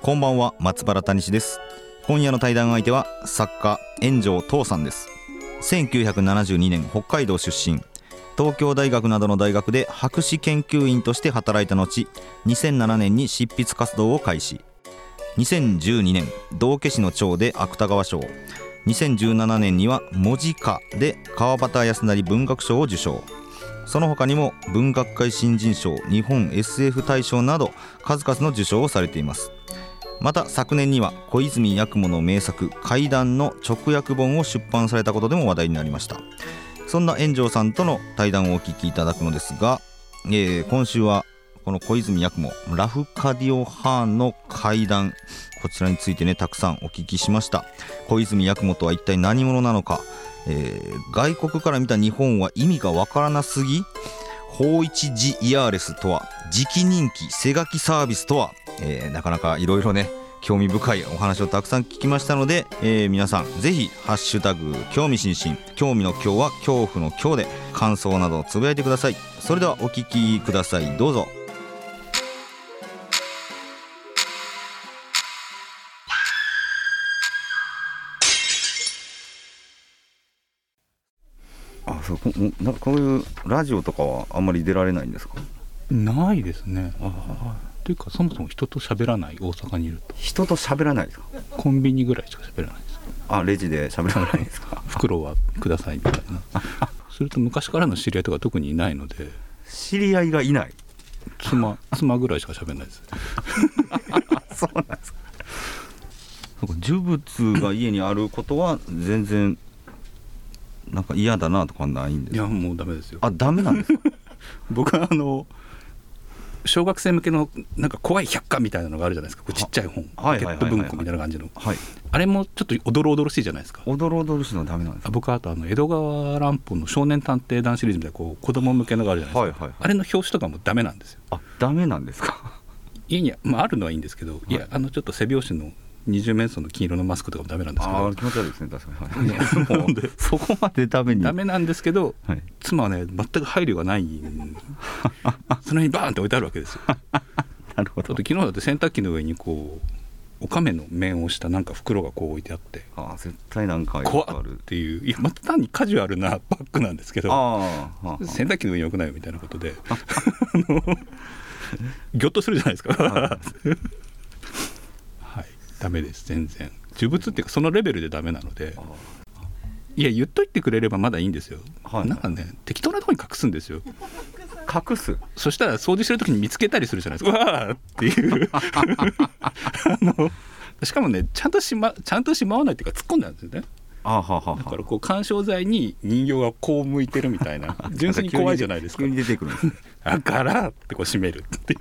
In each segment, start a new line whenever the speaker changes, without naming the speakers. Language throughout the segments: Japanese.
こんばんは松原谷志です今夜の対談相手は作家円城東さんです1972年北海道出身東京大学などの大学で博士研究員として働いた後2007年に執筆活動を開始2012年道家市の長で芥川賞2017年には「文字科」で川端康成文学賞を受賞その他にも文学界新人賞日本 SF 大賞など数々の受賞をされていますまた昨年には小泉八雲の名作「怪談」の直訳本を出版されたことでも話題になりましたそんな円城さんとの対談をお聞きいただくのですが、えー今週はこの小泉八雲ラフカディオ・ハーンの怪談こちらについてねたくさんお聞きしました小泉八雲とは一体何者なのか、えー外国から見た日本は意味がわからなすぎ法一時イヤーレスとは直人気背書きサービスとは、えーなかなかいろいろね興味深いお話をたくさん聞きましたので、えー皆さんぜひ「ハッシュタグ興味津々」興味の今日は恐怖の今日で感想などをつぶやいてくださいそれではお聞きくださいどうぞあそうこなんかこういうラジオとかはあんまり出られないんですか
ないですねというかそもそも人と喋らない大阪にいると
人と喋らないですか
コンビニぐらいしか喋らないです
あレジで喋らないですか
袋はくださいみたいなそれと昔からの知り合いとか特にいないので
知り合いがいない
妻妻ぐらいしか喋らないです
そうなんですかそうか呪物が家にあることは全然なんか嫌だなとかないんで
い
す
や
か
もうダメですよ
あダメなんですか
僕はあの小学生向けのなんか怖い百科みたいなのがあるじゃないですかこうちっちゃい本
ははい
ポケ
はいはいはい
ット文庫みたいな感じの
はい
あれもちょっとおどろおどろしいじゃないですか
おどろおどろしいのはダメなんです
あ
か
僕はあとあの江戸川乱歩の少年探偵団シリーズみたいなこう子供向けのがあるじゃないですか、
はいはいはい
あれの表紙とかもダメなんですよ
あダメなんですか
家に、まあ、あるのはいいんですけど、い、やあのちょっと背拍子の二重面相の金色のマスクとかもダメなんですけ
あ
ど
ー気持ち悪いですね確かに、はい、 もうそこ までダメに
ダメなんですけど
はい、
妻はね全く配慮がない その辺にバーンって置いてあるわけですよだっ
なるほ
て
ど
昨日だって洗濯機の上にこうおかめの面をしたなんか袋がこう置いてあって
あー絶対なんかよ
怖
くあ
っっ
る
ていういやまた単にカジュアルなバッグなんですけど
あーはあはあ
洗濯機の上に置くなよみたいなことであ のぎょっとするじゃないですか
は
はいダメです全然呪物っていうかそのレベルでダメなので
あ
いや言っといてくれればまだいいんですよ、
はい
なんかね適当なとこに隠すんですよ
隠す
そしたら掃除してる時に見つけたりするじゃないですか うわーっていうあのしかもねちゃんとしまちゃんとしまわないっていうか突っ込んだんですよね
あーはあはあはあ
だからこう緩衝材に人形がこう向いてるみたい な純粋に怖いじゃないですか
急に出てくるんですね
あからってこう 閉めるって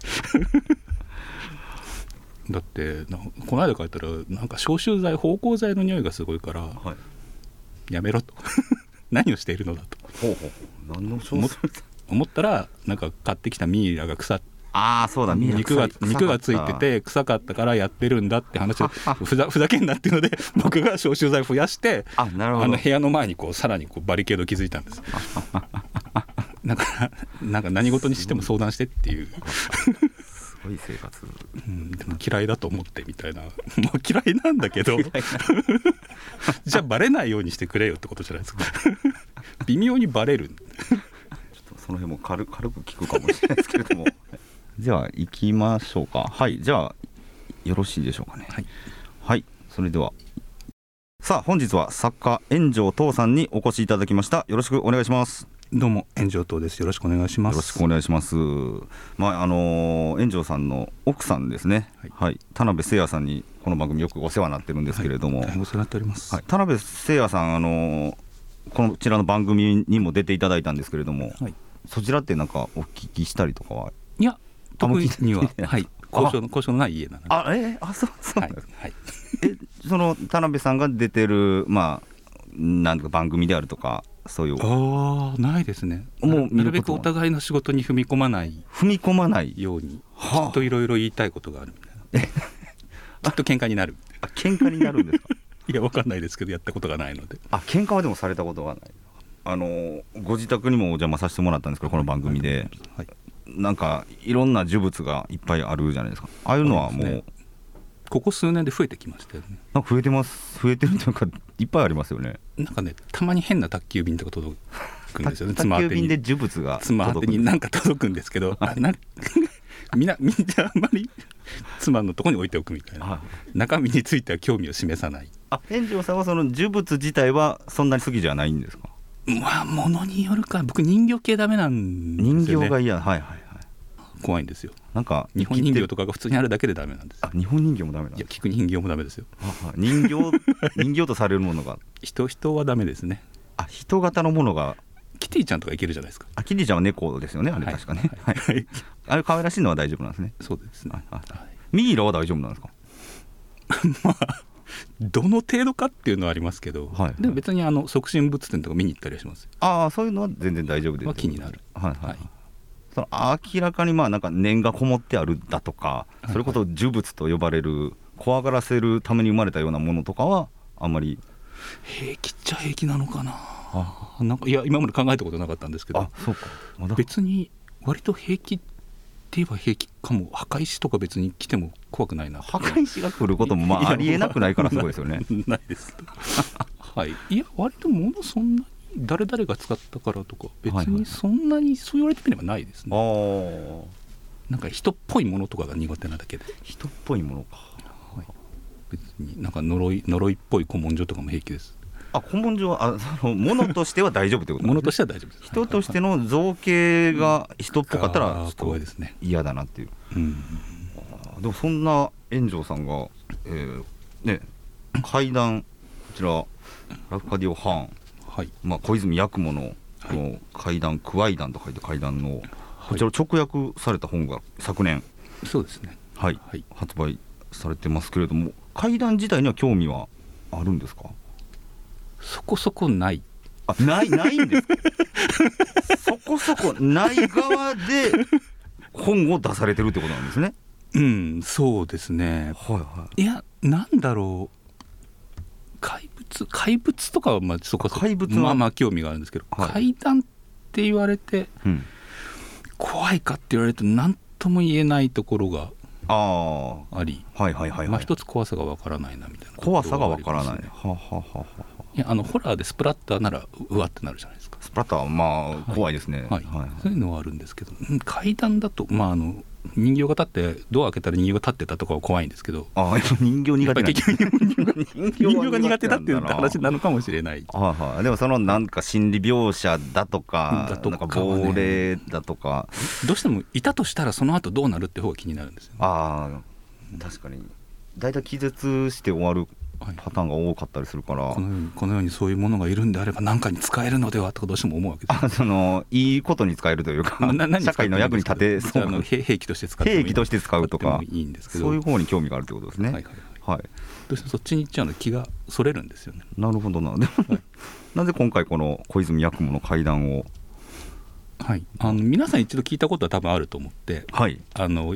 だってなこの間書いたらなんか消臭剤芳香剤の匂いがすごいから
はい
やめろと 何をしているのだと
ほうほうほう何の小説
思ったらなんか買ってきたミイラが腐っ
ああそうだミイラ
肉
臭
が
い臭かった
肉がついてて臭かったからやってるんだって話をふざふざけんなっていうので 僕が消臭剤増やして
あなるほど
あの部屋の前にこうさらにこうバリケード築いたんです だからなんか何事にしても相談してっていう。
すごい生活
うん、でも嫌いだと思ってみたいな まあ嫌いなんだけどじゃあバレないようにしてくれよってことじゃな いですか微妙にバレる
その辺も軽軽く聞くかもしれないですけれど もじゃあ行きましょうかはいじゃあよろしいでしょうかね
はい、
はいそれではさあ本日は作家円城東さんにお越しいただきましたよろしくお願いします
どうも炎上党ですよろしくお願いしま
よろしくお願いします。まああのー、園長さんの奥さんですね。は
はいい、
田辺誠也さんにこの番組よくお世話になってるんですけれども、はい
大変お世話になっております、
田辺誠也さんあのーこちらの番組にも出ていただいたんですけれども、
はい
そちらってなんかお聞きしたりとかは、
いや
あもう
特
聞いて
には
聞いてない
はい交渉の交渉のない家なので
あえーあそうそう、
はいはい
えその田辺さんが出てるまあなんか番組であるとかそういう
ああないですね
もう
ななる
見
べ
ること
く
は
お互いの仕事に踏み込まない
踏み込まない
ように
はあ
きっといろいろ言いたいことがあるみたいなきっと喧嘩になる
あ喧嘩になるんですか
いやわかんないですけどやったことがないので
あ喧嘩はでもされたことはないあのご自宅にもお邪魔させてもらったんですけどこの番組で、
はい
なんかいろんな呪物がいっぱいあるじゃないですかああいうのはもう、
そうですねここ数年で増えてきましたよね
なんか増えてます増えてるというかいっぱいありますよね
なんかねたまに変な宅急便とか届くんですよね
宅
妻
急
宛て
便
に
で呪物が
妻宛て
届く
になんか届くんですけど、あなんか みんなみんなあんまり妻のとこに置いておくみたいな
あ
中身については興味を示さない
あ炎上さんはその呪物自体はそんなに好きじゃないんですか
まあものによるか僕人形系ダメなん
人
ですよ、ね、
形が嫌はいはいはい
怖いんですよ
なんか
日本人形
と
とかが普通にあるだけでダメなんですよ
あ日本人形もダメなん
い
だ
や聞く人形もダメですよ
ああ人形 人形とされるものが
人人はダメですね
あ人型のものが
キティちゃんとかいけるじゃないですか
あキリちゃんは猫ですよねあれ
はい
確かね、はいあれ可愛らしいのは大丈夫なんですね
そうですね、
はいはい
はい
ミイラは大丈夫なんですか
まあ どの程度かっていうのはありますけど、
はい
でも別にあの促進物展とか見に行ったりはしますよ
ああそういうのは全然大丈夫ですよ
は気になる
はいはい、
はい
その明らかにまあなんか念がこもってあるだとかそれこそ呪物と呼ばれる怖がらせるために生まれたようなものとかはあんまり
平気っちゃ平気なのかななんかいや今まで考えたことなかったんですけど
あそうかまだ
別に割と平気って言えば平気かも墓石とか別に来ても怖くないなと
破壊しが来ることもま
いや
あありえなくないからすごいですよね
ないです。 はい。いや割と物そんなに誰々が使ったからとか別
はいはい
にそんなにそう言われてみればないです
あ
ね。
あ
なんか人っぽいものとかが苦手なだけで
人っぽいものか
別になんか呪い呪いっぽい古文書とかも平気です。
あ古文書はあその物としては大丈夫ってこと
物と
し
しては大丈夫です。
人としての造形が人っぽかった
あ
ら
ー
ちょっ
怖
と
いですね。
嫌だなっていう
うん。
あでもそんな炎上さんが、えーね階段こちらラフカディオ・ハーン、
はい。
まあ、小泉八雲の
は
こ
い
の階段、クワイダンと書いて階段のこちらを直訳された本が昨年、
そうですね。
はい
はい。
発売されてますけれども階段自体には興味はあるんですか
そこそこない。
あないないん ですかそこそこない側で本を出されてるってことなんですね
うん。そうですね。
はいはい
いやなんだろう怪物怪物とかはまあそこそこ
怪物は
まあまあ興味があるんですけど、
はい
怪談って言われて
うん、
怖いかって言われると何とも言えないところが
ああは
あり、
いはいはいはい、
まあ、一つ怖さがわからないなみたいなところ
怖さがわから
あ
ない
ります
はあ
ね
はあはあはあ
いやあのホラーでスプラッターならううわってなるじゃないですか、
スプラッターはまあ
はい
怖いですね
はい
はい
そういうのはあるんですけどうん怪談だとまああの人形が立ってドア開けたら人形が立ってたとかは怖いんですけど
ああ人形
や
苦
っぱ
手
り
なんだ
結局人
人
形が苦手だっていう話
は
になるのかもしれない
いはい、でもそのなんか心理描写だとか
だとか
なん
は
か
ね
亡霊だとか
どうしてもいたとしたらその後どうなるって方が気になるんですよ、ね
ああ確かに大体気絶して終わる
はい、
パターンが多かったりするから
このようにこのようにそういうものがいるんであれば何かに使えるのではとかどうしても思うわけです
あそのいいことに使えるというか
な何
社会の役に立て
そ
そう
う
な
兵兵器として使ってもいい
兵器として使うとか
使ってもいいんですけど
そういう方に興味があるってことですね
はいはいはい
はい
どうしてもそっちに行っちゃうの気がそれるんですよね
なるほどなでも、
はい
なぜ今回この小泉八雲の会談を
はいあの皆さん一度聞いたことは多分あると思って
はい
あの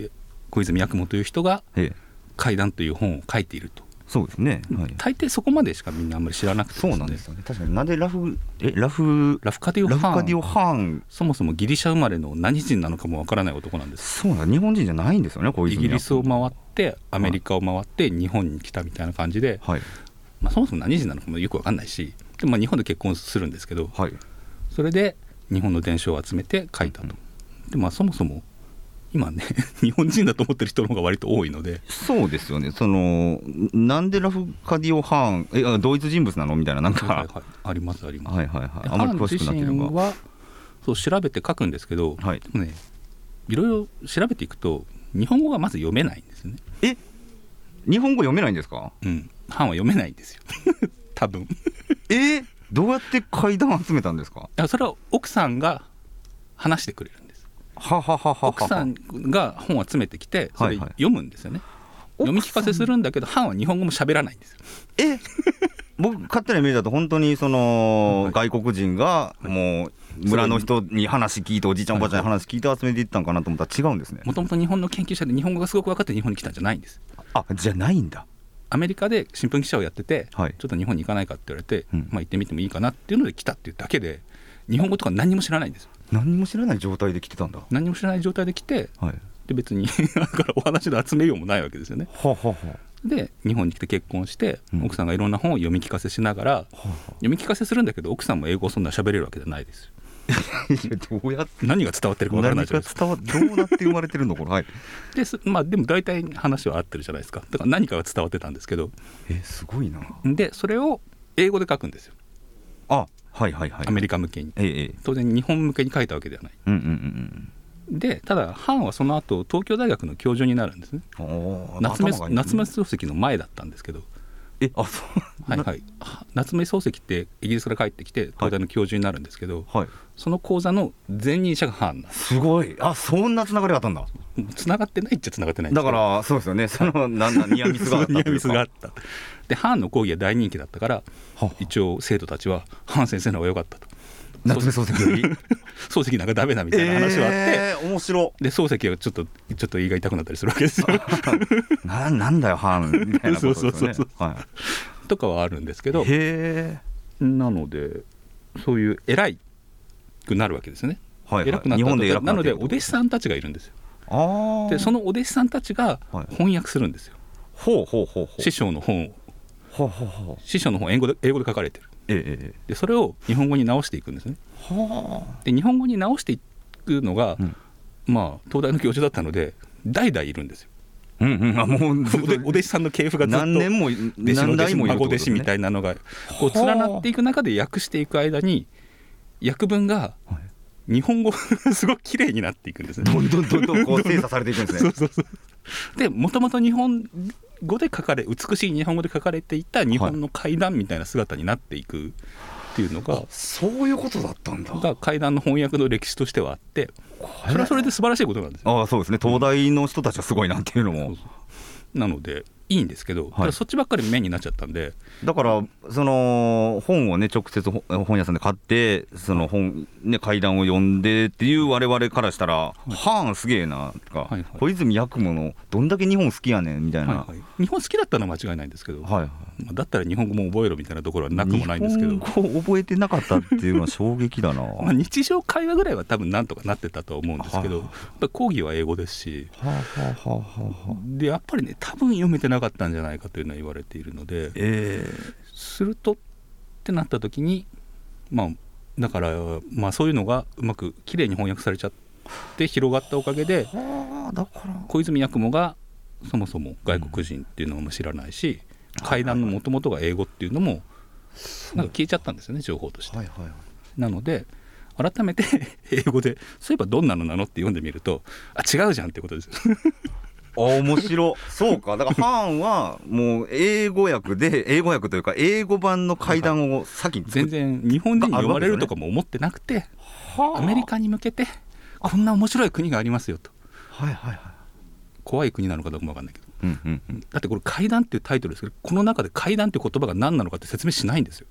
小泉八雲という人が
ええ
「怪談」という本を書いていると
そうですね、はい、
大抵そこまでしかみんなあんまり知らなくて
そうなんですよね確かになんでラフえラフ
ラフカディオ・
ラフ
ハ
カディ
ー
オ・
ン
ハーン
そもそもギリシャ生まれの何人なのかもわからない男なんです
そうなん日本人じゃないんですよね小
イ
泉八雲
ギリスを回ってアメリカを回って日本に来たみたいな感じで、
はい
まあ、そもそも何人なのかもよくわかんないしで、まあ、日本で結婚するんですけど
はい
それで日本の伝承を集めて書いたと、でまあそもそも今ね 日本人だと思ってる人の方が割と多いので
そうですよねそのなんでラフカディオ・ハーンえあ同一人物なのみたいななんか、
はいはいありますあります、
はいはいはい。
で
あんまり詳しくな
ハ
け
ン
れ
自身
ば。
はそう調べて書くんですけど、
はい
でもねいろいろ調べていくと日本語がまず読めないんですよね
え、日本語読めないんですか？
うんハンは読めないんですよ 多分
え、どうやって階段集めたんですか？
いやそれは奥さんが話してくれるんです
はははははは
奥さんが本を集めてきてそれ
はいはい
読むんですよね、読み聞かせするんだけどハンは日本語も喋らないんですよ
え 僕勝手なイメージだと本当にその
は
外国人がもう村の人に話聞いておじいちゃんおばあちゃんに話聞いて集めていったんかなと思ったら違うんですね
もともと日本の研究者で日本語がすごく分かって日本に来たんじゃないんです
あじゃないんだ
アメリカで新聞記者をやってて、
はい
ちょっと日本に行かないかって言われて、
うん
まあ行ってみてもいいかなっていうので来たっていうだけで日本語とか何にも知らないんですよ
何も知らない状態で来てたんだは
何にも知らない状態で来て
い
で別に だからお話の集めようもないわけですよね
ははは
で日本に来て結婚して
うん
奥さんがいろんな本を読み聞かせしながら、
は
読み聞かせするんだけど奥さんも英語そんな喋れるわけじゃないですよ
いやどうやって
何が伝わってるか分からな
何
いじゃな
か
いですか
伝わどうなって生まれてるのこれはい
です、まあ、でも大体話は合ってるじゃないですかだから何かが伝わってたんですけど
えすごいな
でそれを英語で書くんですよ
あはいはいはい
アメリカ向けに
ええええ
当然日本向けに書いたわけではない
うんうん
でただハンはその後東京大学の教授になるんですね
うんうんおー
夏目
頭がいいです
夏
ね
目漱石の前だったんですけど、
えあそう
はい
な
はい、は夏目漱石ってイギリスから帰ってきて東大の教授になるんですけど、
はい
その講座の前任者がハンなんです
ごいあそんなつながりがあったんだ
すもう繋がってないっちゃ繋がってないんで
だ
すけ
か
ど
らそうですよねそのなんだニアミスがあった
そ
という
う ニ
か
アミスがあったでハンの講義は大人気だったから
は
一応生徒たちはハン先生の方が良かったと
夏目漱石より
漱石なんかダメだみたいな話はあって、
えー面白
で漱石がちょっとちょっと胃が痛くなったりするわ けですよ
ななんだよハンみたいなことですよね
そうそうそう
は
とかはあるんですけど
い、へ
なのでそういう偉いくなるわけですね、
え、はい
偉
は
く
い、
なった
日
後
本で
で
偉
な
くな
の
って
で
る
お弟子さんたちがいるんですよ
あー
でそのお弟子さんたちが
はい
翻訳するんですよ、
ほうほうほうほう
師匠の本を
ほうほうほう
師匠の本英語で英語で書かれてる
えええ
でそれを日本語に直していくんですね
えはあ
で日本語に直していくのが、
うん
まあ東大の教授だったので代々いるんですよ
うんうんあもうず
お
っ
でお
と
弟子さんの系譜がずっと
何年も
弟子の
何
弟
代
子
もいる
孫弟子みた
い
いなのがこう
はあ
連なっていく中で訳していく間に訳文が
は
日本語がすごく綺麗になっていくんですね。
どんどんどんどんこう精査されていくんです
そう
ね
そうそうでもともと日本語で書かれ美しい日本語で書かれていた日本の階段みたいな姿になっていくっていうのが,、
そういうことだったんだ
が階段の翻訳の歴史としてはあってそれはそれで素晴らしいことなんですよ。
ああそうですね東大の人たちはすごいなっていうのも
なのでいいんですけど、ただそっちばっかり面になっちゃったんで
だからその本をね直接ほ本屋さんで買ってその本ね階段を読んでっていう我々からしたら「はーんすげえな」とか
はいはい
「小泉八雲のどんだけ日本好きやねん」みたいな。
はいはい日本好きだったのは間違いないんですけど、
はいはい
まあだったら日本語も覚えろみたいなところはなくもないんですけど
日、本語を覚えてなかったっていうのは衝撃 だな
まあ、日常会話ぐらいは多分なんとかなってたとは思うんですけど、
は
やっぱり講義は英語ですし
あはあはあはあはあ
でやっぱりね多分読めてなかったんじゃないかというのは言われているので
え
するとってなった時にまあだから、まあ、そういうのがうまく綺麗に翻訳されちゃって広がったおかげで
えはあだから
小泉八雲がそもそも外国人っていうのも知らないし、階段のもともとが英語っていうのもなんか消えちゃったんですよね情報として。
はいはいはい
なので改めて 英語でそういえばどんなのなのって読んでみるとあ違うじゃんってことです
あ面白そうかだからハーンはもう英語訳で英語訳というか英語版の階段を先に作っ
全然日本人に読まれるとかも思ってなくて、
はあ
アメリカに向けてこんな面白い国がありますよと
はいはいはい
怖い国なのかどうかも分かんないけど
うんうんうん
だってこれ「階段」っていうタイトルですけどこの中で「階段」っていう言葉が何なのかって説明しないんですよ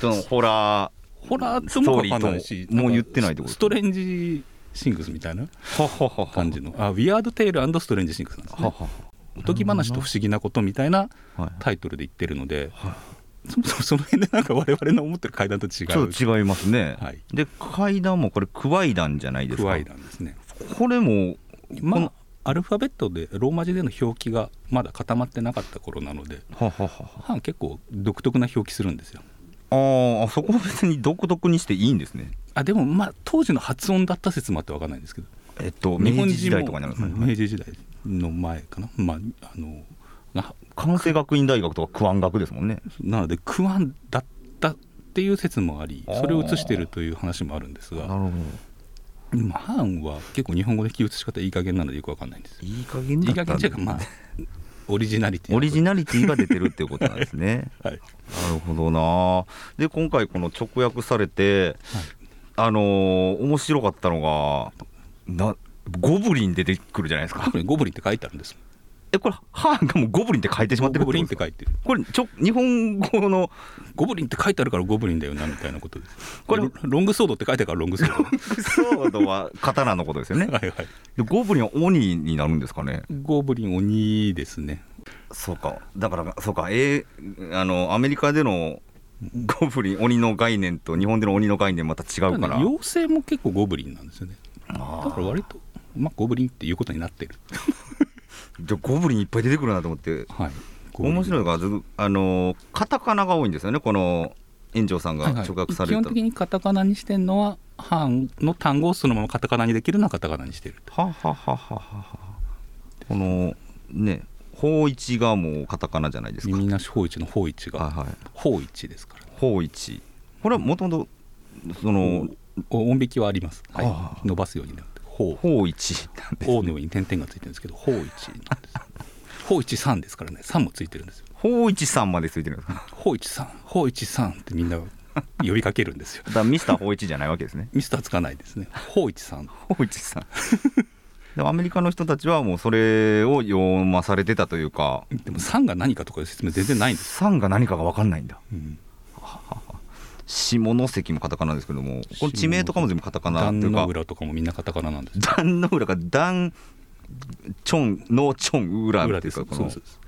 そのホラ
ホラーとも分かんないし
ストーリーともう言ってないってこと
んかストレンジシングスみたいな感じのあウィアード・テイルストレンジシングスなんです
ー
ねおとぎ話と不思議なことみたいな
はい
タイトルで言ってるので、そもそもその辺でなんか我々の思ってる階段と違
ちょ
う
っと違いますね、
はい
で階段もこれクワイダンじゃないですか
クワイダンですね。
これもこ
ま
の
あアルファベットでローマ字での表記がまだ固まってなかった頃なので、
はははは
ハン結構独特な表記するんですよ。
あーあそこは別に独特にしていいんですね
あでもまあ当時の発音だった説もあってわかんないんですけど、
えっと明
日本
治
人
時
も
代とかになるんです
うん
ね、は
明
い
治時代の前かな。まああのな
関西学院大学とかクワン学ですもんね
なのでクワンだったっていう説もあり、
あー
それを写してるという話もあるんです
ほ
が、
ど
でもハンは結構日本語で引き写し方いい加減なのでよくわかんないんですよ。
いい加減
い
だ
い加減
っ
とい
た
うかまあオリジナリティ
オリジナリティが出てるっていうことなんですね
はい
なるほどなで今回この直訳されて、あのー面白かったのがなゴブリン出てくるじゃないです か
特にゴブリンって書いてあるんです
えこれ歯がもうゴブリンって書いてしま
ゴ
ってる
ブリンっ
こ
て
と
書いてる
これちょ日本語の
ゴブリンって書いてあるからゴブリンだよなみたいなことです
これ
ロロングソードって書いてあるからロングソードは
ソードは刀のことですよね
いはい
でゴブリンは鬼になるんですかね
ゴブリン鬼ですね
そうかだからそうかえーあのアメリカでのゴブリン鬼の概念と日本での鬼の概念また違うから
妖精も結構ゴブリンなんですよね
あ
だから割と、まあ、ゴブリンっていうことになってる
ーじゃあゴブリンいっぱい出てくるなと思って
はい
面白い
い
のがずあのカタカナが多いんですよねこの園長さんが
はいはい、
直訳され
基
た、
本的にカタカナにしてるのは「ハン」の単語をそのままカタカナにできるのはカタカナにしてる
ははははははこのね法一がもうカタカナじゃないですか
耳なし法一の法一
はい
が
はい
法一ですから
法一これはもともとその
お音引きはあります、は
あ
い、伸ばすようになって法
法一なんで
王の上に点々がついてるんですけど法一なんです法一三ですからね三もついてるんですよ
法一さんまでついてるんです か
法一三法一三ってみんな呼びかけるんですよ
だからミスター法一じゃないわけです ね
ミスターつかないですね法一三
法一さんでもアメリカの人たちはもうそれを読まされてたというか
でも三が何かとかいう説明全然ないんです
さ
よ、
んが何かが分かんないんだ
うん、
下関もカタカナですけどもこの地名とかも全部カタカナってい
壇
う
の
か
浦とかもみんなカタカナなんですよ
壇の浦が壇チョンのチョン浦
裏
ってい
で
う
す
かこの
そうですそうです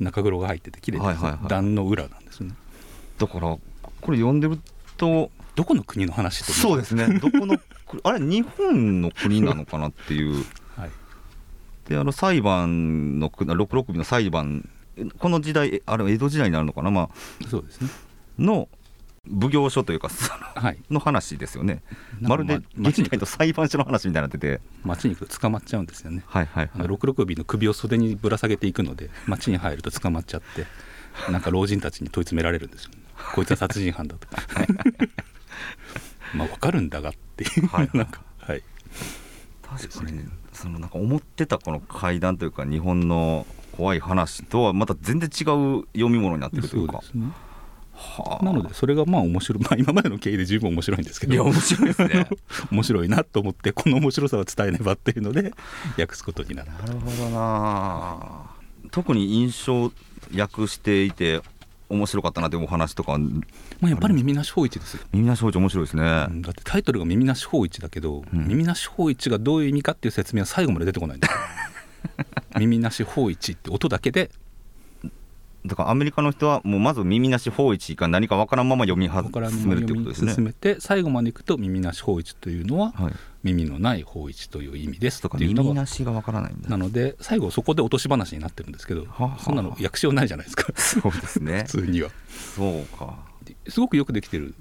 中黒が入ってて綺麗です、
はいはいはい
壇の裏なんですよね
だからこれ読んでると
どこの国の話って
そうですね どこの国あれ日本の国なのかなっていう
はい、
であの裁判のく六六日の裁判この時代えあれ江戸時代になるのかなまあ
そうですね
の奉行所というかそ
はい
の話ですよね
なんか
まるで
ま
現代の裁判所の話みたいになってて
街に行くと捕まっちゃうんですよね
はいはい
あの
はい
66首の首を袖にぶら下げていくので街に入ると捕まっちゃってなんか老人たちに問い詰められるんですよ、ね、こいつは殺人犯だ とかまあわかるんだがっていう、
はい
なんかはい
確かにねそのなんか思ってたこの怪談というか日本の怖い話とはまた全然違う読み物になってるというか
ね
はあ
なのでそれがまあ面白い、まあ、今までの経緯で十分面白いんですけ
いや
ど
面白いですね
面白いなと思ってこの面白さを伝えねばっていうので訳すことになった
なるほどな特に印象訳していて面白かったなっていうお話とか
まあやっぱり耳なし法一ですよ
みんな正直面白いですね、
うんだってタイトルが「耳なし法一」だけど、
うん
耳なし法一がどういう意味かっていう説明は最後まで出てこない んだよ耳なし法一って音だけで
だからアメリカの人はもうまず耳なし方一か何かわからんまま読み
ここから
進めるって
読
ことで
み
すね
進めて最後までいくと「耳なし法一」というのは
はい
耳のない法一という意味です
と
っ
か
ていうの
耳
が
なしがわからないんだ
なので最後そこで落とし話になってるんですけど
はあはあ
そんなの訳しようないじゃないで すか
そうですね
普通には
そうか
すごくよくできてる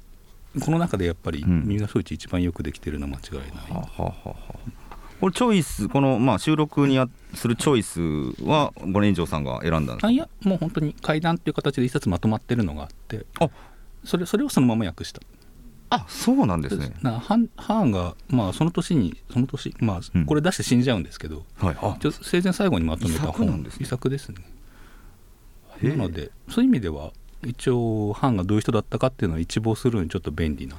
この中でやっぱり
うん
耳なし法一一番よくできてるのは間違いない、
ははははこれチョイスこの、まあ、収録にあするチョイスはこれ園長さんが選んだんです
あいやもう本当に階段っていう形で一冊まとまってるのがあって
あ
それそれをそのまま訳した
あそうなんですね
なハンハーンが、まあ、その年にその年、ま
う
あ、
ん
これ出して死んじゃうんですけど、
はいあ
ちょ生前最後にまとめた本
遺作なんですね
遺作ですね
へえ
なのでそういう意味では一応ハーンがどういう人だったかっていうのを一望するのにちょっと便利な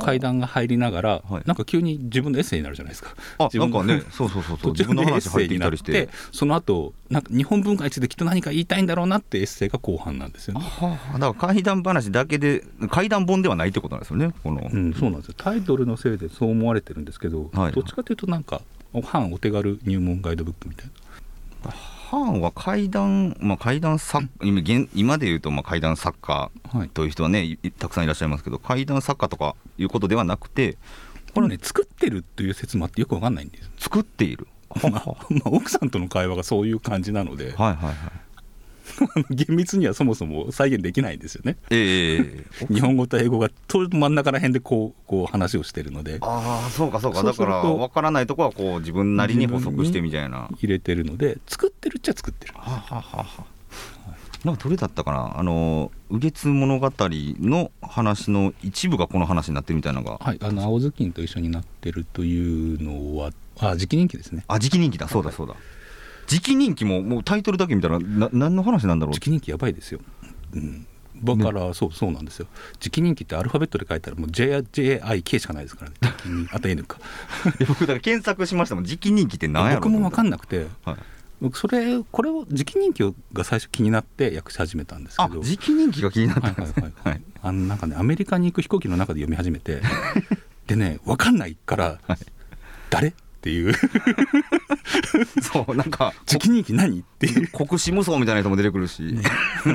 階段が入りながら、
はい
なんか急に自分のエッセイになるじゃないですか
あ
自
な
分
ん
の
かねそうそうそうそう
途
自
中
分
で
の
エッ
話
セ
入
イ
って
に
き
な
た
っ
りし
て
て
その後なんか日本文化についてきっと何か言いたいんだろうなってエッセイが後半なんですよね
はあだから怪談話だけで怪談本ではないってことなんですよねこの、
うん、そうなんですよタイトルのせいでそう思われてるんですけど、
はい
どっちかというとなんか反お手軽入門ガイドブックみたいな
ハーンは怪談、まあ、怪談作今現今で言うとまあ怪談作家
はい、
という人はねいたくさんいらっしゃいますけど怪談作家とかいうことではなくて
これね作ってるという説もあってよくわかんない んです、
作っている
まあ、まあ奥さんとの会話がそういう感じなの
は
で
いはいはい
厳密にはそもそも再現できないんですよね
ええ
日本語と英語がと真ん中ら辺でこうこう話をしてるので
ああそうかそうか
そう
だ
する
か
と
ら分からないとこはこう自分なりに補足してみたいなは
入れてるので作ってるっちゃ作ってる
あはあはあはあなんかどれだったかなあの「右月物語」の話の一部がこの話になってるみたいなのが
はいあの青ずきんと一緒になってるというのはあ直人気ですね
あ時期人気だそうだそうだ時期人気ももうタイトルだけ見たらな何の話なんだろう
直人気やばいですよ、うん、だから、そうそうなんですよ磁気人気ってアルファベットで書いたらもう JIK しかないですからね磁 気人気あと N か
で僕だから検索しましたもん直人気って何やろ
僕も分か
ん
んなくて
はい、
僕それこれを磁気人気が最初気になって訳し始めたんですけ
あ
ど
直人気が気になっ
は
た
い
んで
はい
す
はいはい、
はい
あのなんかねアメリカに行く飛行機の中で読み始めてでね分かんないから「誰?」っていう
そうなんか
「直人気何?」っていう
国士無双みたいな人も出てくるし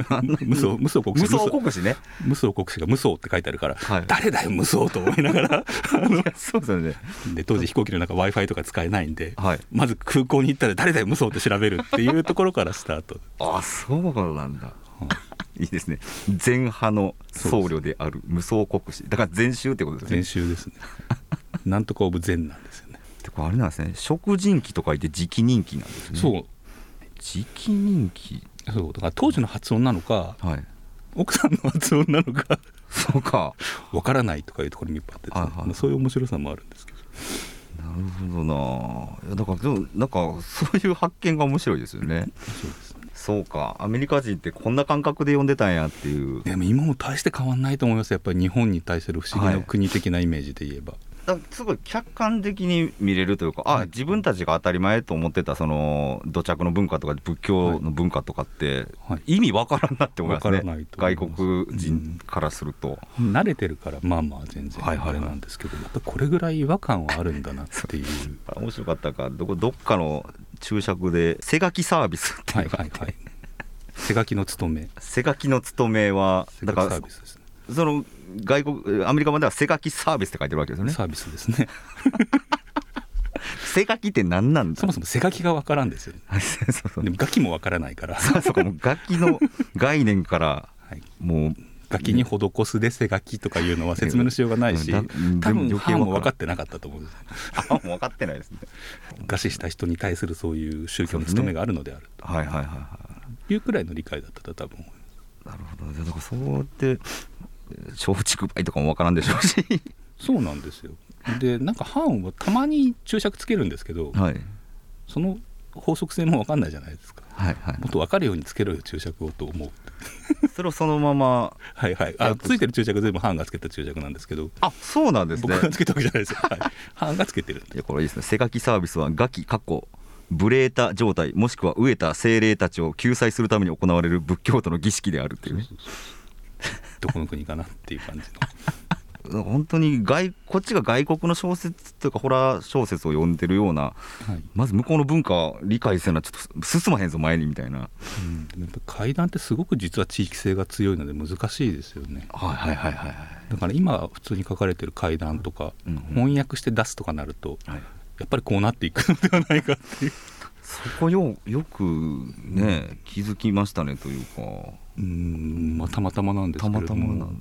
無双無双国
無
士
双国 士ね
無双国士が無双って書いてあるから、
はい
誰だよ無双と思いな がらあの
そうですよね
で当時飛行機の中 w i f i とか使えないんで、
はい
まず空港に行ったら誰だよ無双って調べるっていうところからスタート
あそうなんだ、いいですね前派の僧侶である無双国士だから禅宗ってことですね
前週です ねなんとかオブ禅なんですよね、
ってこれあれなんですね食人気と書いて直人気なんですね
そう
直人気
そうだから当時の発音なのか
はい
奥さんの発音なのか
そうか
わからないとかいうところに引っ張ってですね、
はいはい
まあそういう面白さもあるんですけど
なるほどないやだからでもなんかそういう発見が面白いですよね
そうですね
そうかアメリカ人ってこんな感覚で読んでたんやっていう
でも今も大して変わんないと思いますやっぱり日本に対する不思議
は
ない国的なイメージで言えば、
だからすごい客観的に見れるというかあ自分たちが当たり前と思ってたその土着の文化とか仏教の文化とかって
はい
意味わからんなって思いますね
わからないと思い
外
ます
国人からすると、
慣れてるからまあまあ全然
はいはい
あ
はい
れなんですけど、やっぱこれぐらい違和感はあるんだなっていう
面白かったかどこどっかの注釈で「せがきサービス」って
はいいう
か、
はいはい手書きの務め
せがきの務めは
手
だ
書きサ
から
ービスですね
その外国アメリカまでは「せがきサービス」って書いてるわけですよね
サービス ですね
せがきって何なんだ
そもそも背書きがわからんですよね
そうそう
でもガキもわからないから、は
あそうかもう楽器の概念から
い、
もう
ガキに施すで背書きとかいうのは説明のしようがないし
うんうん
多
で
分
も余計
歯
わからん
も分かってなかったと思うんです
あもう分かってないですね
餓死した人に対するそういう宗教の務めがあるのである
はいはいはいは
というくらいの理解だったと多分
いなるほどじゃあだからそうやって松竹梅とかも分からんでしょう し
そうなんですよでなんか藩はたまに注釈つけるんですけど
はい
その法則性も分かんないじゃないですか
はいは
もっと分かるようにつけろよ注釈をと思う
いそれをそのまま
はいはいあついてる注釈全部藩がつけた注釈なんですけど
あそうなんですね
僕がつけたわけじゃないですよ はい藩がつけてるんで
いやこれいいですね「せがきサービスは餓鬼かっこ無礼た状態もしくは飢えた精霊たちを救済するために行われる仏教徒の儀式である」っていうね
どこの国かなっていう感じの
本当に外こっちが外国の小説というかホラー小説を読んでるような
はい
まず向こうの文化を理解せなちょっと進まへんぞ前にみたいな
うんでもやっぱ階段ってすごく実は地域性が強いので難しいですよね
はいはいはいはい
だから今普通に書かれてる階段とか、
うんうん
翻訳して出すとかなると
はい
やっぱりこうなっていくのではないかっていう、
そこよよくね気づきましたねというか
うんまあ、たまたまなんです
た
けれ
また
ど
ま
も
なん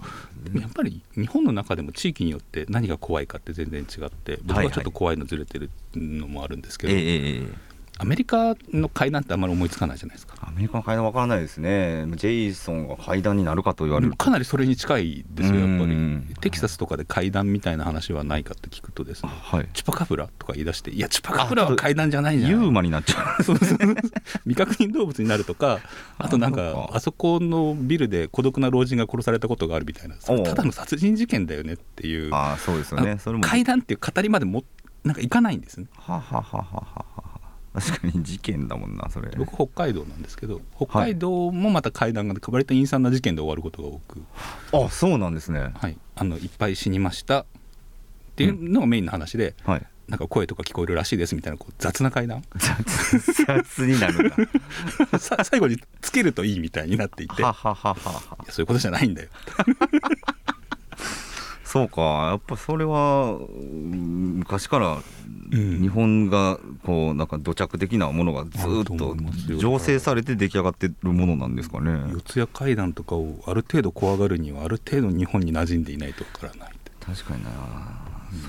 だ
やっぱり日本の中でも地域によって何が怖いかって全然違って僕はちょっと怖いのずれてるのもあるんですけ
え
ど、
えええええ
アメリカの階段ってあんまり思いつかないじゃないですか。
アメリカの階段わからないですねジェイソンが階段になるかと言われると
かなりそれに近いですよやっぱ
うん
りテキサスとかで階段みたいな話はないかって聞くとですね
はい
チュパカブラとか言い出していやチュパカブラは階段じゃないじゃん
ユーマになっちゃう
そうそうそう未確認動物になると かあとなん
あそう
か
か
あそこのビルで孤独な老人が殺されたことがあるみたいなそれ
おう
ただの殺人事件だよねっていう
ああそうですよ
あ
ね
の
それも
階段っていう語りまでもなんかいかないんですね
はははははは確かに事件だもんなそれ
僕北海道なんですけど北海道もまた階段が割と陰惨な事件で終わることが多く、
あそうなんですね
はい、あのいっぱい死にましたっていうのがメインの話で、
はい
なんか声とか聞こえるらしいですみたいなこう雑な階段
雑雑になる んだ
さ最後につけるといいみたいになっていてい
は
や
はははは
そういうことじゃないんだよ
そうかやっぱそれはうん昔から
うん
日本がこうなんか土着的なものがず
あ
ー
ると
っと
思いますよ
醸成されて出来上がってるものなんですかね
四谷階段とかをある程度怖がるにはある程度日本に馴染んでいないとわからない
確かにな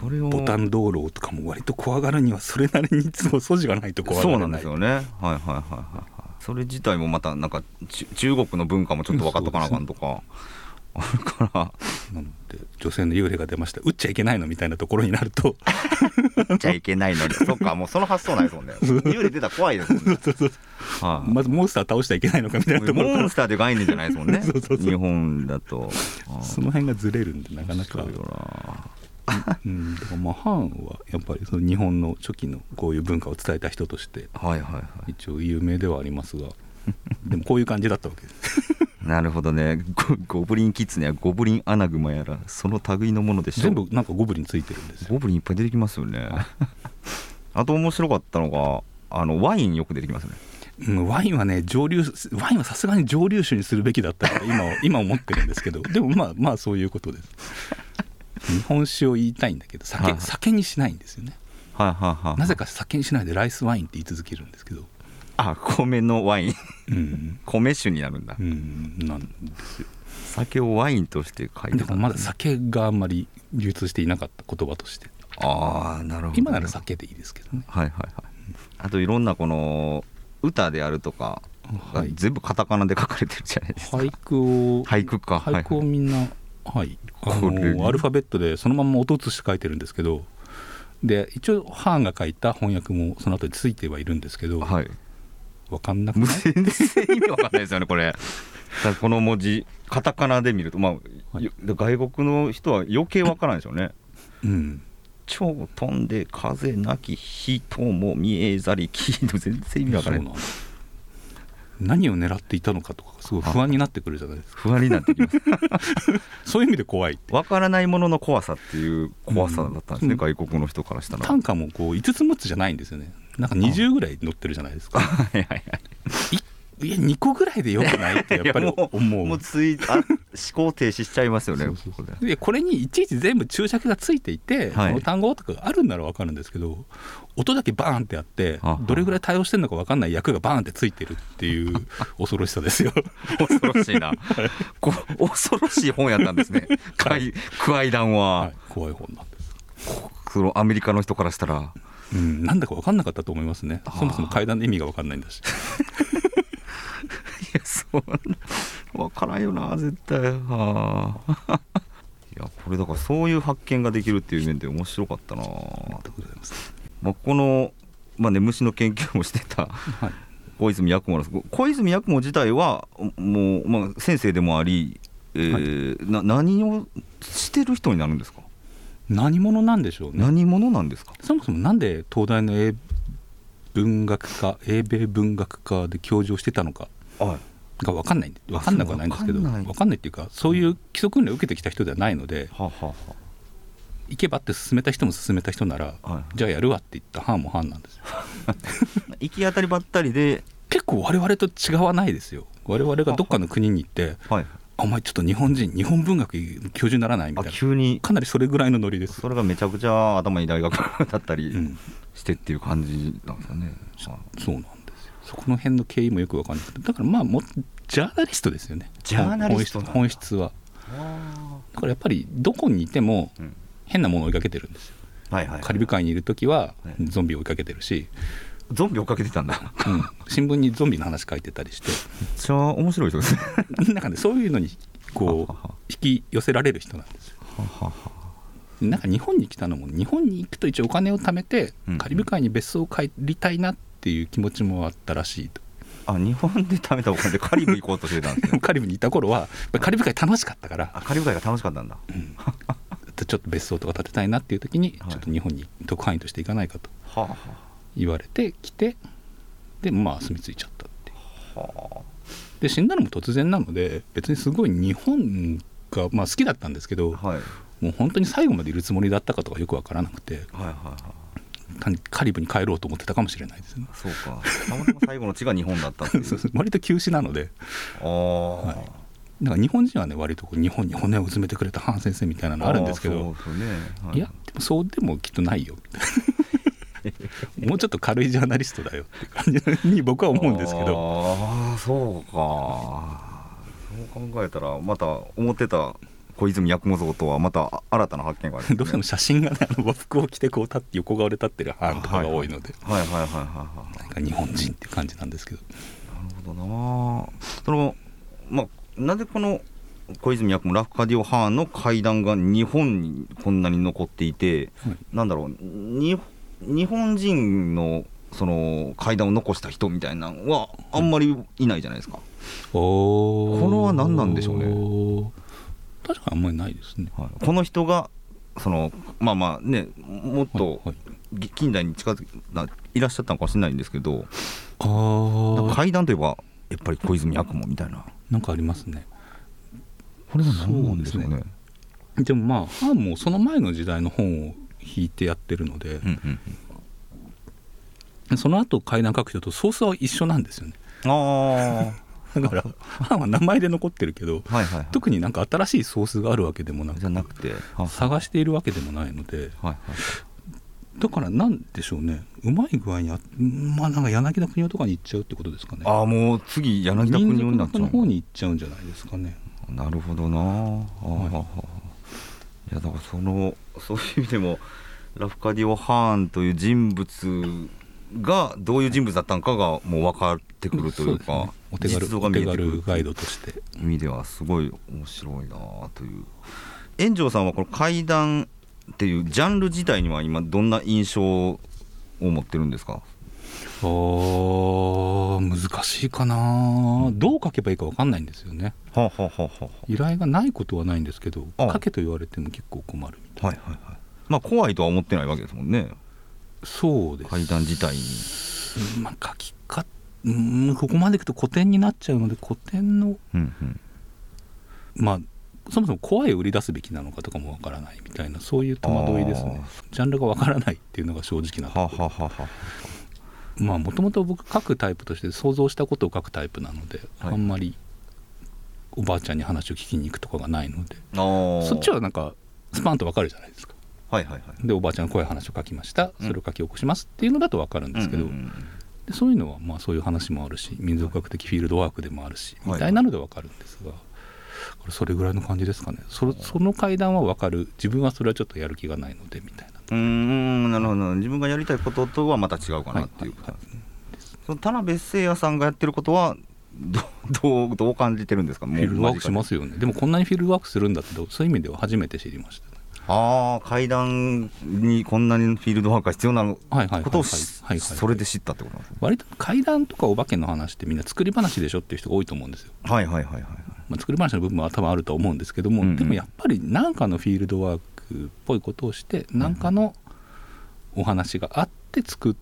それを
ボタン道路とかも割と怖がるにはそれなりにいつも素地がないと怖が
そ
ら
う
な
ないんですよねはいはいはいはいはいそれ自体もまたなんかち中国の文化もちょっと分かっとかなあかんとかあだから
なので女性の幽霊が出ました打っちゃいけないのみたいなところになると
言っちゃいけない のにそっかもうその発想ないですもんね幽霊出たら怖いですもんねはい
まずモンスター倒しちゃいけないのかみたいなところか
モ
ら
ンスターという概念じゃないですもんね
そうそうそう
日本だとあー
その辺がずれるんでなかなか
そう。よ
うん、だからまあ藩はやっぱりその日本の初期のこういう文化を伝えた人として
なはいはいは
一応有名ではあります がでもこういう感じだったわけです
いなるほどねゴゴブリンキッズにはゴブリンアナグマやらその類のものでしょ
全部なんかゴブリンついてるんですよ
ゴブリンいっぱい出てきますよね あと面白かったのがあのワインよく出てきますよね
うんワインはね蒸留ワインはさすがに蒸留酒にするべきだったら今は 今思ってるんですけどでもまあまあそういうことです日本酒を言いたいんだけど
はい
酒
はい
酒にしないんですよね
はいはいはい
なぜか酒にしないでライスワインって言い続けるんですけど
あ米のワイン
うん
米酒になるんだ
うんなんですよ
酒をワインとして書いて
だか
た
らまだ酒があんまり流通していなかった言葉として
ああなるほど
今なら酒でいいですけどね
はいはいはいあといろんなこの歌であるとかが
はい
全部カタカナで書かれてるじゃないですか、
俳句を
俳句か
俳句を
はいはい
みんなはいあ
これ
のアルファベットでそのまんま音写して書いてるんですけどで一応ハーンが書いた翻訳もその後についてはいるんですけど、
はい
わかんなく
無
ない
全然意味わかんないですよねこれだからこの文字カタカナで見るとまあ、
はい
よ外国の人は余計わからないでしょうね
うん
蝶飛んで風なき人も見えざりき全然意味わか
そ
ら
う
な
ないの何を狙っていたのかとかすごい不安になってくるじゃないですか
不安になってきます
そういう意味で怖いって
わからないものの怖さっていう怖さだったんですね、
うん
外国の人からしたら
短歌もこう5つ6つじゃないんですよねなんか20ぐらい載ってるじゃないです か
はいはい
いや2個ぐらいでよくないってやっぱり
いや
思
も
う
もうついあ思考停止しちゃいますよね
そうそう
ここで
でこれにいちいち全部注釈がついていて、
はい
この単語とかがあるんなら分かるんですけど音だけバーンってあって
はは
どれぐらい対応してるのか分かんない役がバーンってついてるって いう恐ろしさですよ。
恐ろしいなこ恐ろしい本やったんですね「かいクワイダンは」
はい、怖い本なんです、
そのアメリカの人からしたら
うん、なんだか分かんなかったと思いますね
あー
そもそも階段の意味が分かんないんだし
いやそんなわからんよな絶対はあいやこれだからそういう発見ができるっていう面で面白かったな、
ありがとうございます、
まあ、この、まあね、虫の研究もしてた
はい、
小泉八雲です小泉八雲自体はもう、まあ、先生でもあり、えーな何をしてる人になるんですか、
何者なんでしょうね
何者なんですか
そもそもなんで東大の英文学科英米文学科で教授をしてたのか
はい
が分かんない分かんなくはないんですけど
わか
分
んな
か
い
んないっていうかそういう基礎訓練を受けてきた人ではないので
はあはあは
行けばって勧めた人も勧めた人なら、
あはい
じゃあやるわって言った班も班なんですよ
行き当たりばったりで、
結構我々と違わないですよ我々がどっかの国に行って
はい、
「あお前ちょっと日本人日本文学教授にならない」み
あ
たいな
急に
かなりそれぐらいのノリです
そ、れがめちゃくちゃ頭に大学だった
う
り
ん、
してっていう感じなんですかね、はい
そうなんですよそこの辺の経緯もよく分かんないだからまあもうジャーナリストですよね
ジャーナリストなんだ
本質本質はだからやっぱりどこにいても
うん
変なものを追いかけてるんですよ
はいはい
カリブ海にいる時は
はい
ゾンビを追いかけてるし、
ゾンビ追っかけてたん だめっ
うん、新聞にゾンビの話書いてたりして
ちゃ面白い人ですね
なんかねそういうのにこう引き寄せられる人なんですよなんか日本に来たのも日本に行くと一応お金を貯めて
うん
カリブ海に別荘を借りたいなっていう気持ちもあったらしいと、
あ日本で食べたお金でカリブ行こうとしてたんですね
カリブにいた頃はやっぱりカリブ海楽しかったから
あカリブ海が楽しかったんだ
ちょっと別荘とか建てたいなっていう時に
はい
ちょっと日本に特派員として行かないかと
はあは
言われてきてでまあ住み着いちゃったっていう
あは
で死んだのも突然なので別にすごい日本が、まあ、好きだったんですけど、
あはい
もう本当に最後までいるつもりだったかとかよくわからなくて
はいはいはい
単にカリブに帰ろうと思ってたかもしれないですね
そうかたまたま最後の地が日本だったってい う
割と急死なので
あーあ
はいなんか日本人はね割とこう日本に骨を詰めてくれたハン先生みたいなのあるんですけど
ーそうですよね、はい
やでもそうでもきっ とないよみたいなもうちょっと軽いジャーナリストだよって感じに僕は思うんですけど
ああそうかそう考えたらまた思ってた小泉八雲像とはまた新たな発見があるん
ど
です
うして
ね、
も写真がねあの和服を着てこう立って横顔で立ってる班とかが多いので、
はいはいはいはいはい
なんか日本人っていう感じなんですけど
なるほどなそのまあなぜこの小泉役もラフカディオ・ハーンの階段が日本にこんなに残っていて、
はい
なんだろうに日本人のその階段を残した人みたいなのはあんまりいないじゃないですか、
おー
これは何なんでしょう
ね確かにあんまりないですね
はいこの人がそのまあまあねもっと
はいはい
ぎ近代に近づいたいらっしゃったのかもしれないんですけど
あー
階段といえばやっぱり小泉役もみたいな
なんかありますね
これは何なんでしょう
そう
ね。
でもまあハーンもその前の時代の本を引いてやってるので、
うんうん
その後階段各所とソースは一緒なんですよね
ああ
だからハーンは名前で残ってるけど
はいはい、はい、
特になんか新しいソースがあるわけでもな
じ
く
ゃなくては
探しているわけでもないので
はいはい
だからなんでしょうねうまい具合にあまあなんか柳田国男とかに行っちゃうってことですかね
ああもう次柳田国
民族
夫になっちゃ
の方
う
に行っちゃうんじゃないですかね
なるほどなあ、
い
い、やだからその そういう意味でもラフカディオ・ハーンという人物がどういう人物だったのかがもう分かってくると
そ
いうう
ですね
か、
お手軽
実像が
お
見
手
えてく
軽
る
ガイドとして
意味ではすごい面白いなあという炎上さんはこの怪談っていうジャンル自体には今どんな印象を持ってるんですか
あー難しいかなどう書けばいいか分かんないんですよね
はあ、はあはあは
依頼がないことはないんですけど
ああ
書けと言われても結構困るみた
あ、は
い
いはいはいまあ怖いとは思ってないわけですもんね
なそうです
怪談自体に
まあ書きかうんここまでいくと古典になっちゃうので古典の
うんうん
まあそもそも怖いを売り出すべきなのかとかもわからないみたいなそういう戸惑いですねジャンルがわからないっていうのが正直な
はあ、
と
は
こ
あ
ろ
はあはあ
まあもともと僕書くタイプとして想像したことを書くタイプなので、
はい
あんまりおばあちゃんに話を聞きに行くとかがないので
あー
そっちはなんかスパンとわかるじゃないですか
はいはいはい
でおばあちゃんの怖い話を書きました
うん
それを書き起こしますっていうのだとわかるんですけど、
うんうん
でそういうのはまあそういう話もあるし民族学的フィールドワークでもあるし
はい
みたいなのでわかるんですが、これそれぐらいの感じですかねそその階段はわかる自分はそれはちょっとやる気がないのでみたいな
うーんなるほど自分がやりたいこととはまた違うかなっていう
はいはいはい
その田辺誠也さんがやってることはど どうどう感じてるんですかフ
フィールドワークしますよねでもこんなにフィールドワークするんだってそういう意味では初めて知りましたね
ああ階段にこんなにフィールドワークが必要なの
はいはいはいはい
ことを
はいはい
しそれで知ったってことなんですね
割と階段とかお化けの話ってみんな作り話でしょっていう人が多いと思うんですよ、
はいはいはいはい
まあ、作り話の部分は多分あると思うんですけども、
うんうん
でもやっぱり何かのフィールドワークっぽいことをして何かのお話があって作っ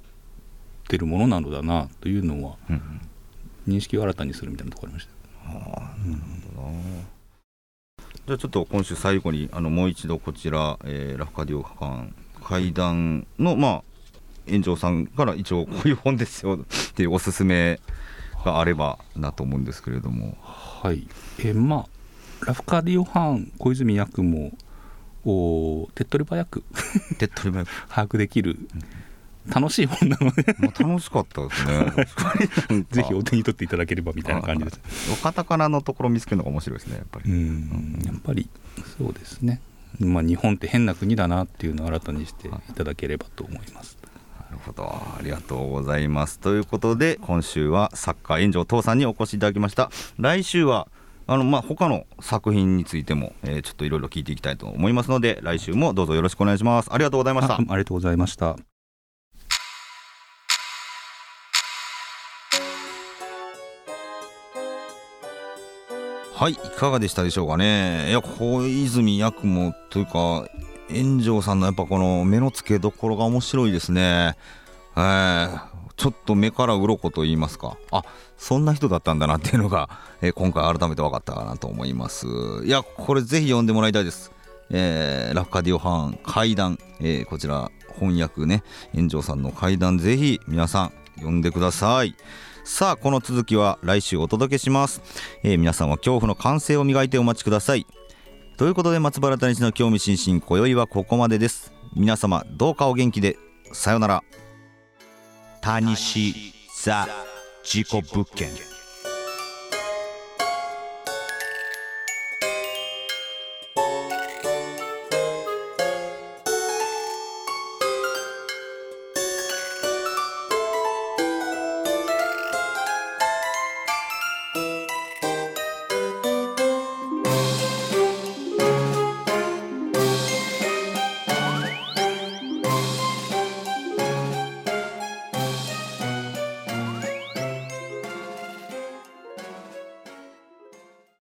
てるものなのだなというのは
うんうん
認識を新たにするみたいなところありました
はあなるほどなじゃあちょっと今週最後にあのもう一度こちら、えーラフカディオカン階段のまあ園長さんから一応こういう本ですよっていうおすすめがあればなと思うんですけれども
はいえーまあラフカディオ・ハーン小泉役もおー手っ取り早く
手っ取り早
把握できる楽しい本なので
くもう楽しかったですねなんか
ぜひお手に取っていただければみたいな感じです
おカタカナのところ見つけるのが面白いですねやっぱり、
うんやっぱりそうですね、まあ、日本って変な国だなっていうのを新たにしていただければと思います。
なるほどありがとうございますということで今週は作家炎上父さんにお越しいただきました来週はあのまあ他の作品についても、えーちょっといろいろ聞いていきたいと思いますので来週もどうぞよろしくお願いしますありがとうございまし
あ
た
ありがとうございました。
はいいかがでしたでしょうかねいや小泉八雲というか炎上さんのやっぱこの目の付けどころが面白いですねえーちょっと目から鱗と言いますかあそんな人だったんだなっていうのが、 えー今回改めて分かったかなと思いますいやこれぜひ読んでもらいたいです、えーラフカディオハーン怪談、えーこちら翻訳ね炎上さんの怪談ぜひ皆さん読んでくださいさあこの続きは来週お届けします、えー皆さんは恐怖の感性を磨いてお待ちくださいということで松原谷氏の興味津々今宵はここまでです皆様どうかお元気でさようなら谷氏ザ事故物件